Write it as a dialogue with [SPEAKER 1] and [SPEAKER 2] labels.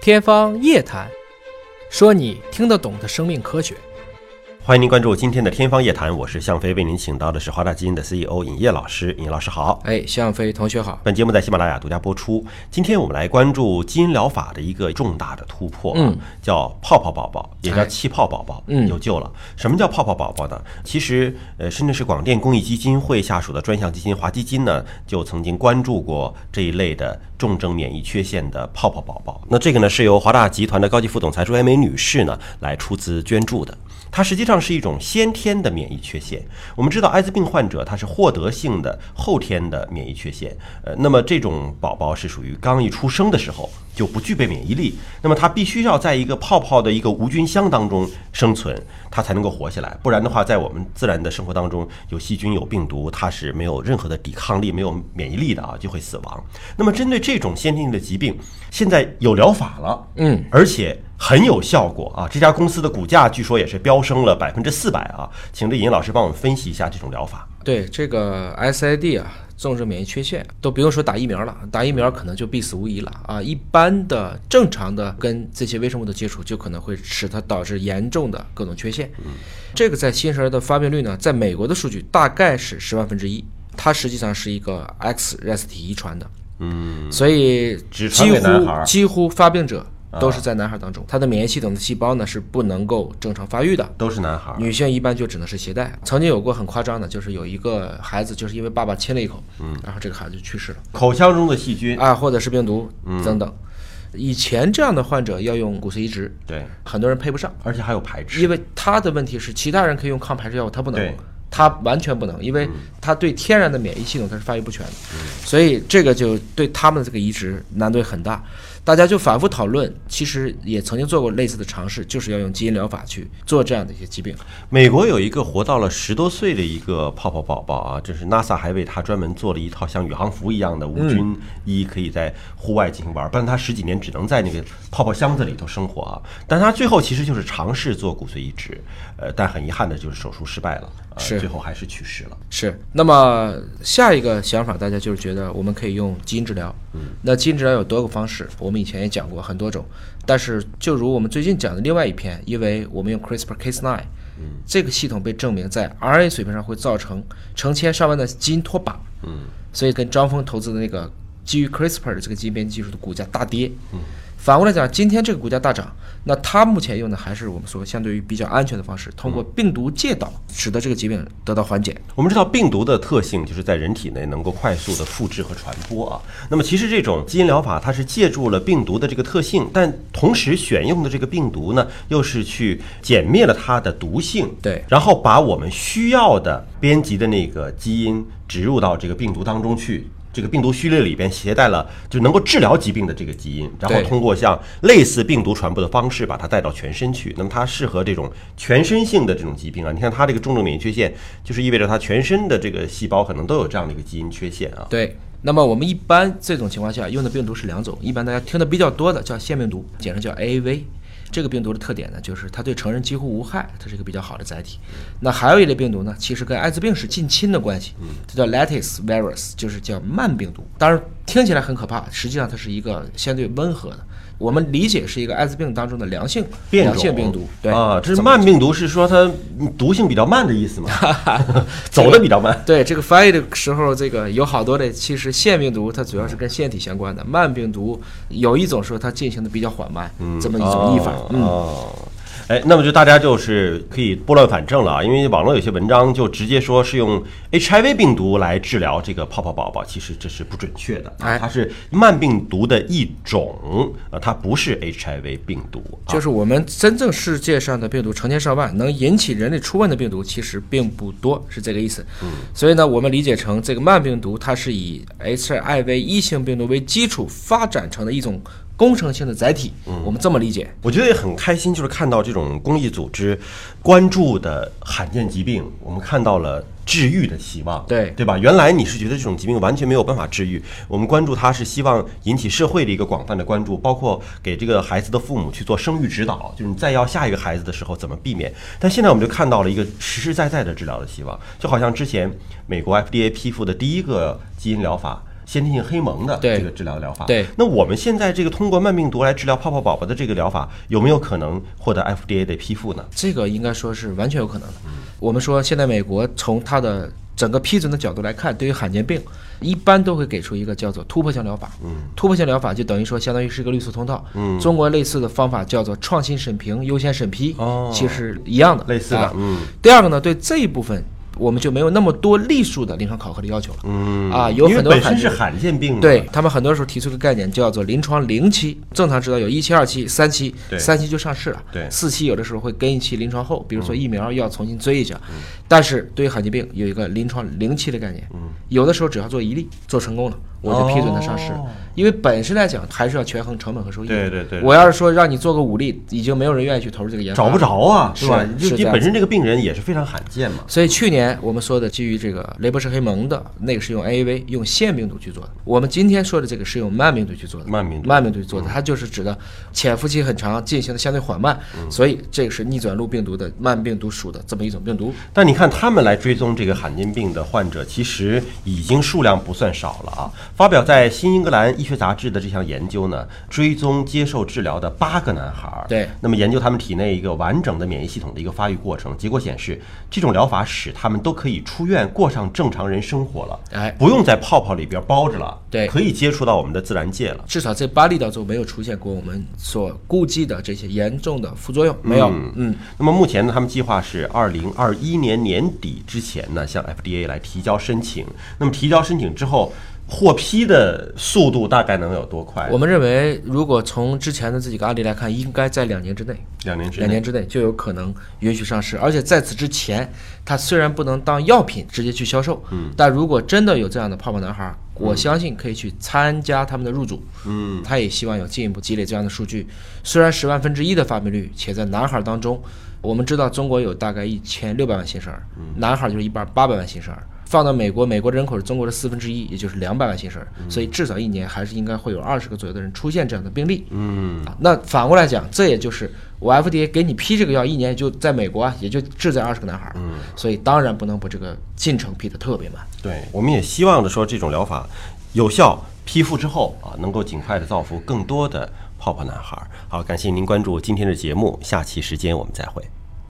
[SPEAKER 1] 天方夜谭，说你听得懂的生命科学。
[SPEAKER 2] 欢迎您关注今天的《天方夜谭》，我是向飞，为您请到的是华大基因的 CEO 尹烨老师。尹烨老师好，
[SPEAKER 1] 哎，向飞同学好。
[SPEAKER 2] 本节目在喜马拉雅独家播出。今天我们来关注基因疗法的一个重大的突破、啊，
[SPEAKER 1] 嗯，
[SPEAKER 2] 叫泡泡宝宝，也叫
[SPEAKER 1] 哎
[SPEAKER 2] 气泡宝宝，
[SPEAKER 1] 嗯
[SPEAKER 2] 有救了。什么叫泡泡宝宝呢？其实，呃，深圳市广电公益基金会下属的专项基金华基金呢，就曾经关注过这一类的重症免疫缺陷的泡泡宝宝。那这个呢，是由华大集团的高级副总裁朱爱梅女士呢来出资捐助的。它实际上是一种先天的免疫缺陷。我们知道，艾滋病患者他是获得性的后天的免疫缺陷。呃，那么这种宝宝是属于刚一出生的时候就不具备免疫力，那么他必须要在一个泡泡的一个无菌箱当中生存，他才能够活下来。不然的话，在我们自然的生活当中，有细菌、有病毒，它是没有任何的抵抗力、没有免疫力的啊，就会死亡。那么针对这种先天性的疾病，现在有疗法了，
[SPEAKER 1] 嗯，
[SPEAKER 2] 而且很有效果啊！这家公司的股价据说也是飙升了百分之四百啊！请这尹老师帮我们分析一下这种疗法。
[SPEAKER 1] 对这个 SID 啊，重症免疫缺陷都不用说打疫苗了，打疫苗可能就必死无疑了啊。一般的正常的跟这些微生物的接触，就可能会使它导致严重的各种缺陷。
[SPEAKER 2] 嗯
[SPEAKER 1] 这个在新生儿的发病率呢，在美国的数据大概是十万分之一，它实际上是一个 X 染色体遗传的。嗯，所以
[SPEAKER 2] 只传
[SPEAKER 1] 几
[SPEAKER 2] 给
[SPEAKER 1] 乎
[SPEAKER 2] 男孩儿啊
[SPEAKER 1] 几乎发病者都是在男孩当中，他的免疫系统的细胞呢是不能够正常发育的。
[SPEAKER 2] 都是男孩儿，
[SPEAKER 1] 女性一般就只能是携带。曾经有过很夸张的，就是有一个孩子就是因为爸爸亲了一口，嗯，然后这个孩子就去世了
[SPEAKER 2] 口腔中的细菌，
[SPEAKER 1] 啊，或者是病毒
[SPEAKER 2] 嗯
[SPEAKER 1] 等等。以前这样的患者要用骨髓移植，
[SPEAKER 2] 对，
[SPEAKER 1] 很多人配不上，
[SPEAKER 2] 而且还有排斥，
[SPEAKER 1] 因为他的问题是其他人可以用抗排斥药物，他不
[SPEAKER 2] 对嗯
[SPEAKER 1] 能。他完全不能，因为他对天然的免疫系统它是发育不全的，所以这个就对他们的这个移植难度也很大。大家就反复讨论，其实也曾经做过类似的尝试，就是要用基因疗法去做这样的一些疾病。
[SPEAKER 2] 美国有一个活到了十多岁的一个泡泡宝宝啊，这是 NASA 还为他专门做了一套像宇航服一样的无菌衣，可以在户外进行玩儿，不然他十几年只能在那个泡泡箱子里头生活啊。但他最后其实就是尝试做骨髓移植，呃，但很遗憾的就是手术失败了，呃、
[SPEAKER 1] 是
[SPEAKER 2] 最后还是去世了。
[SPEAKER 1] 是，那么下一个想法，大家就是觉得我们可以用基因治疗。嗯，那基因治疗有多个方式，我们以前也讲过很多种，但是就如我们最近讲的另外一篇，因为我们用 CRISPR-Cas9，、嗯、这个系统被证明在 RNA 水平上会造成成千上万的基因脱靶。嗯，所以跟张峰投资的那个基于 CRISPR 的这个基因编辑技术的股价大跌。嗯。反过来讲，今天这个股价大涨，那它目前用的还是我们说相对于比较安全的方式，通过病毒介导，使得这个疾病得到缓解。
[SPEAKER 2] 我们知道病毒的特性就是在人体内能够快速的复制和传播啊。那么其实这种基因疗法它是借助了病毒的这个特性，但同时选用的这个病毒呢，又是去减灭了它的毒性，
[SPEAKER 1] 对
[SPEAKER 2] 然后把我们需要的编辑的那个基因植入到这个病毒当中去。这个病毒序列里边携带了就能够治疗疾病的这个基因，然后
[SPEAKER 1] 对
[SPEAKER 2] 通过像类似病毒传播的方式把它带到全身去。那么它适合这种全身性的这种疾病啊。你看它这个重症免疫缺陷，就是意味着它全身的这个细胞可能都有这样的一个基因缺陷啊。
[SPEAKER 1] 对，那么我们一般这种情况下用的病毒是两种，一般大家听的比较多的叫腺病毒，简称叫 AAV。这个病毒的特点呢，就是它对成人几乎无害，它是一个比较好的载体。那还有一类病毒呢，其实跟艾滋病是近亲的关系，
[SPEAKER 2] 嗯
[SPEAKER 1] 它叫 lattice virus，就是叫慢病毒。当然听起来很可怕，实际上它是一个相对温和的，我们理解是一个艾滋病当中的良性
[SPEAKER 2] 变
[SPEAKER 1] 良
[SPEAKER 2] 种
[SPEAKER 1] 性病毒。对
[SPEAKER 2] 啊，这是慢病毒，是说它毒性比较慢的意 思吗？走的比较慢。
[SPEAKER 1] 对这个翻译的时候，这个有好多的，其实腺病毒它主要是跟腺体相关的，慢病毒有一种说它进行的比较缓慢，这么一种译法。
[SPEAKER 2] 哦
[SPEAKER 1] 嗯，
[SPEAKER 2] 哦，哎，那么就大家就是可以拨乱反正了啊，因为网络有些文章就直接说是用 HIV 病毒来治疗这个泡泡宝宝，其实这是不准确的，啊
[SPEAKER 1] 哎
[SPEAKER 2] 它是慢病毒的一种，呃，它不是 HIV 病毒。啊
[SPEAKER 1] 就是我们真正世界上的病毒成千上万，能引起人类出问的病毒其实并不多，是这个意思。嗯，所以呢，我们理解成这个慢病毒，它是以 HIV 一型病毒为基础发展成的一种工程性的载体，我们这么理解。
[SPEAKER 2] 我觉得也很开心，就是看到这种公益组织关注的罕见疾病，我们看到了治愈的希望，
[SPEAKER 1] 对
[SPEAKER 2] 对吧？原来你是觉得这种疾病完全没有办法治愈，我们关注它是希望引起社会的一个广泛的关注，包括给这个孩子的父母去做生育指导，就是你再要下一个孩子的时候怎么避免。但现在我们就看到了一个实实在在的治疗的希望，就好像之前美国 FDA 批复的第一个基因疗法。先天性黑虻的
[SPEAKER 1] 对
[SPEAKER 2] 这个治疗疗法。
[SPEAKER 1] 对，
[SPEAKER 2] 那我们现在这个通过慢病毒来治疗泡泡宝宝的这个疗法，有没有可能获得 FDA 的批复呢？
[SPEAKER 1] 这个应该说是完全有可能的。
[SPEAKER 2] 嗯
[SPEAKER 1] 我们说，现在美国从它的整个批准的角度来看，对于罕见病，一般都会给出一个叫做突破性疗法。嗯，突破性疗法就等于说，相当于是一个绿色通道。嗯，中国类似的方法叫做创新审评优先审批，
[SPEAKER 2] 哦
[SPEAKER 1] 其实一样的，
[SPEAKER 2] 类似的
[SPEAKER 1] 啊
[SPEAKER 2] 嗯。
[SPEAKER 1] 第二个呢，对这一部分。我们就没有那么多例数的临床考核的要求了，嗯啊，有
[SPEAKER 2] 因为
[SPEAKER 1] 很多
[SPEAKER 2] 本
[SPEAKER 1] 罕
[SPEAKER 2] 身
[SPEAKER 1] 见
[SPEAKER 2] 是罕见病嘛，
[SPEAKER 1] 对他们很多时候提出一个概念叫做临床零期，正常知道有一期、二期、三期
[SPEAKER 2] 对，
[SPEAKER 1] 三期就上市了，
[SPEAKER 2] 对嗯
[SPEAKER 1] 四期有的时候会跟一期临床后，比如说疫苗要重新追一下，但是对于罕见病有一个临床零期的概念，
[SPEAKER 2] 嗯
[SPEAKER 1] 有的时候只要做一例做成功了，我就批准它上市了，因为本身来讲还是要权衡成本和收益的，
[SPEAKER 2] 哦对对对
[SPEAKER 1] 我要是说让你做个五例，已经没有人愿意去投入这个研发，
[SPEAKER 2] 找不。着啊，
[SPEAKER 1] 是
[SPEAKER 2] 吧？
[SPEAKER 1] 是
[SPEAKER 2] 就
[SPEAKER 1] 这
[SPEAKER 2] 你
[SPEAKER 1] 样
[SPEAKER 2] 本身这个病人也是非常罕见嘛。
[SPEAKER 1] 所以去年我们说的基于这个雷博氏黑蒙的那个是用 AAV 用腺病毒去做的，我们今天说的这个是用慢病毒去做的。
[SPEAKER 2] 慢病毒
[SPEAKER 1] 慢病毒去做的，它就是指的潜伏期很长，进行的相对缓慢，所以这个是逆转录病毒的慢病毒属的这么一种病毒。
[SPEAKER 2] 但你看他们来追踪这个罕见病的患者，其实已经数量不算少了啊。发表在《新英格兰医学杂志》的这项研究呢，追踪接受治疗的八个男孩儿，
[SPEAKER 1] 对
[SPEAKER 2] 那么研究他们体内一个完整的免疫系统的一个发育过程。结果显示，这种疗法使他们都可以出院，过上正常人生活了，
[SPEAKER 1] 哎
[SPEAKER 2] 不用在泡泡里边包着了，
[SPEAKER 1] 对
[SPEAKER 2] 可以接触到我们的自然界了。
[SPEAKER 1] 至少这八例当中没有出现过我们所估计的这些严重的副作用，没有。嗯，
[SPEAKER 2] 那么目前呢，他们计划是二零二一年年底之前呢，向 FDA 来提交申请。那么提交申请之后，获批的速度大概能有多快？
[SPEAKER 1] 我们认为如果从之前的这几个案例来看，应该在两年之内。
[SPEAKER 2] 两年之
[SPEAKER 1] 两
[SPEAKER 2] 内。
[SPEAKER 1] 年之内就有可能允许上市，而且在此之前，它虽然不能当药品直接去销售，嗯，但如果真的有这样的泡泡男孩儿，
[SPEAKER 2] 嗯
[SPEAKER 1] 我相信可以去参加他们的入组，嗯，他也希望有进一步积累这样的数据。虽然十万分之一的发病率，且在男孩儿当中，我们知道中国有大概一千六百万新生儿，男孩儿就是一百八百万新生儿。放到美国，美国人口是中国的四分之一，也就是两百万新生儿，所以至少一年还是应该会有二十个左右的人出现这样的病例。嗯、那反过来讲，这也就是我 FDA 给你批这个药，一年也就在美国啊，也就治在二十个男孩。嗯，所以当然不能把这个进程批得特别慢。
[SPEAKER 2] 对，我们也希望着说这种疗法有效批复之后啊，能够尽快的造福更多的泡泡男孩儿。好，感谢您关注今天的节目，下期时间我们再会。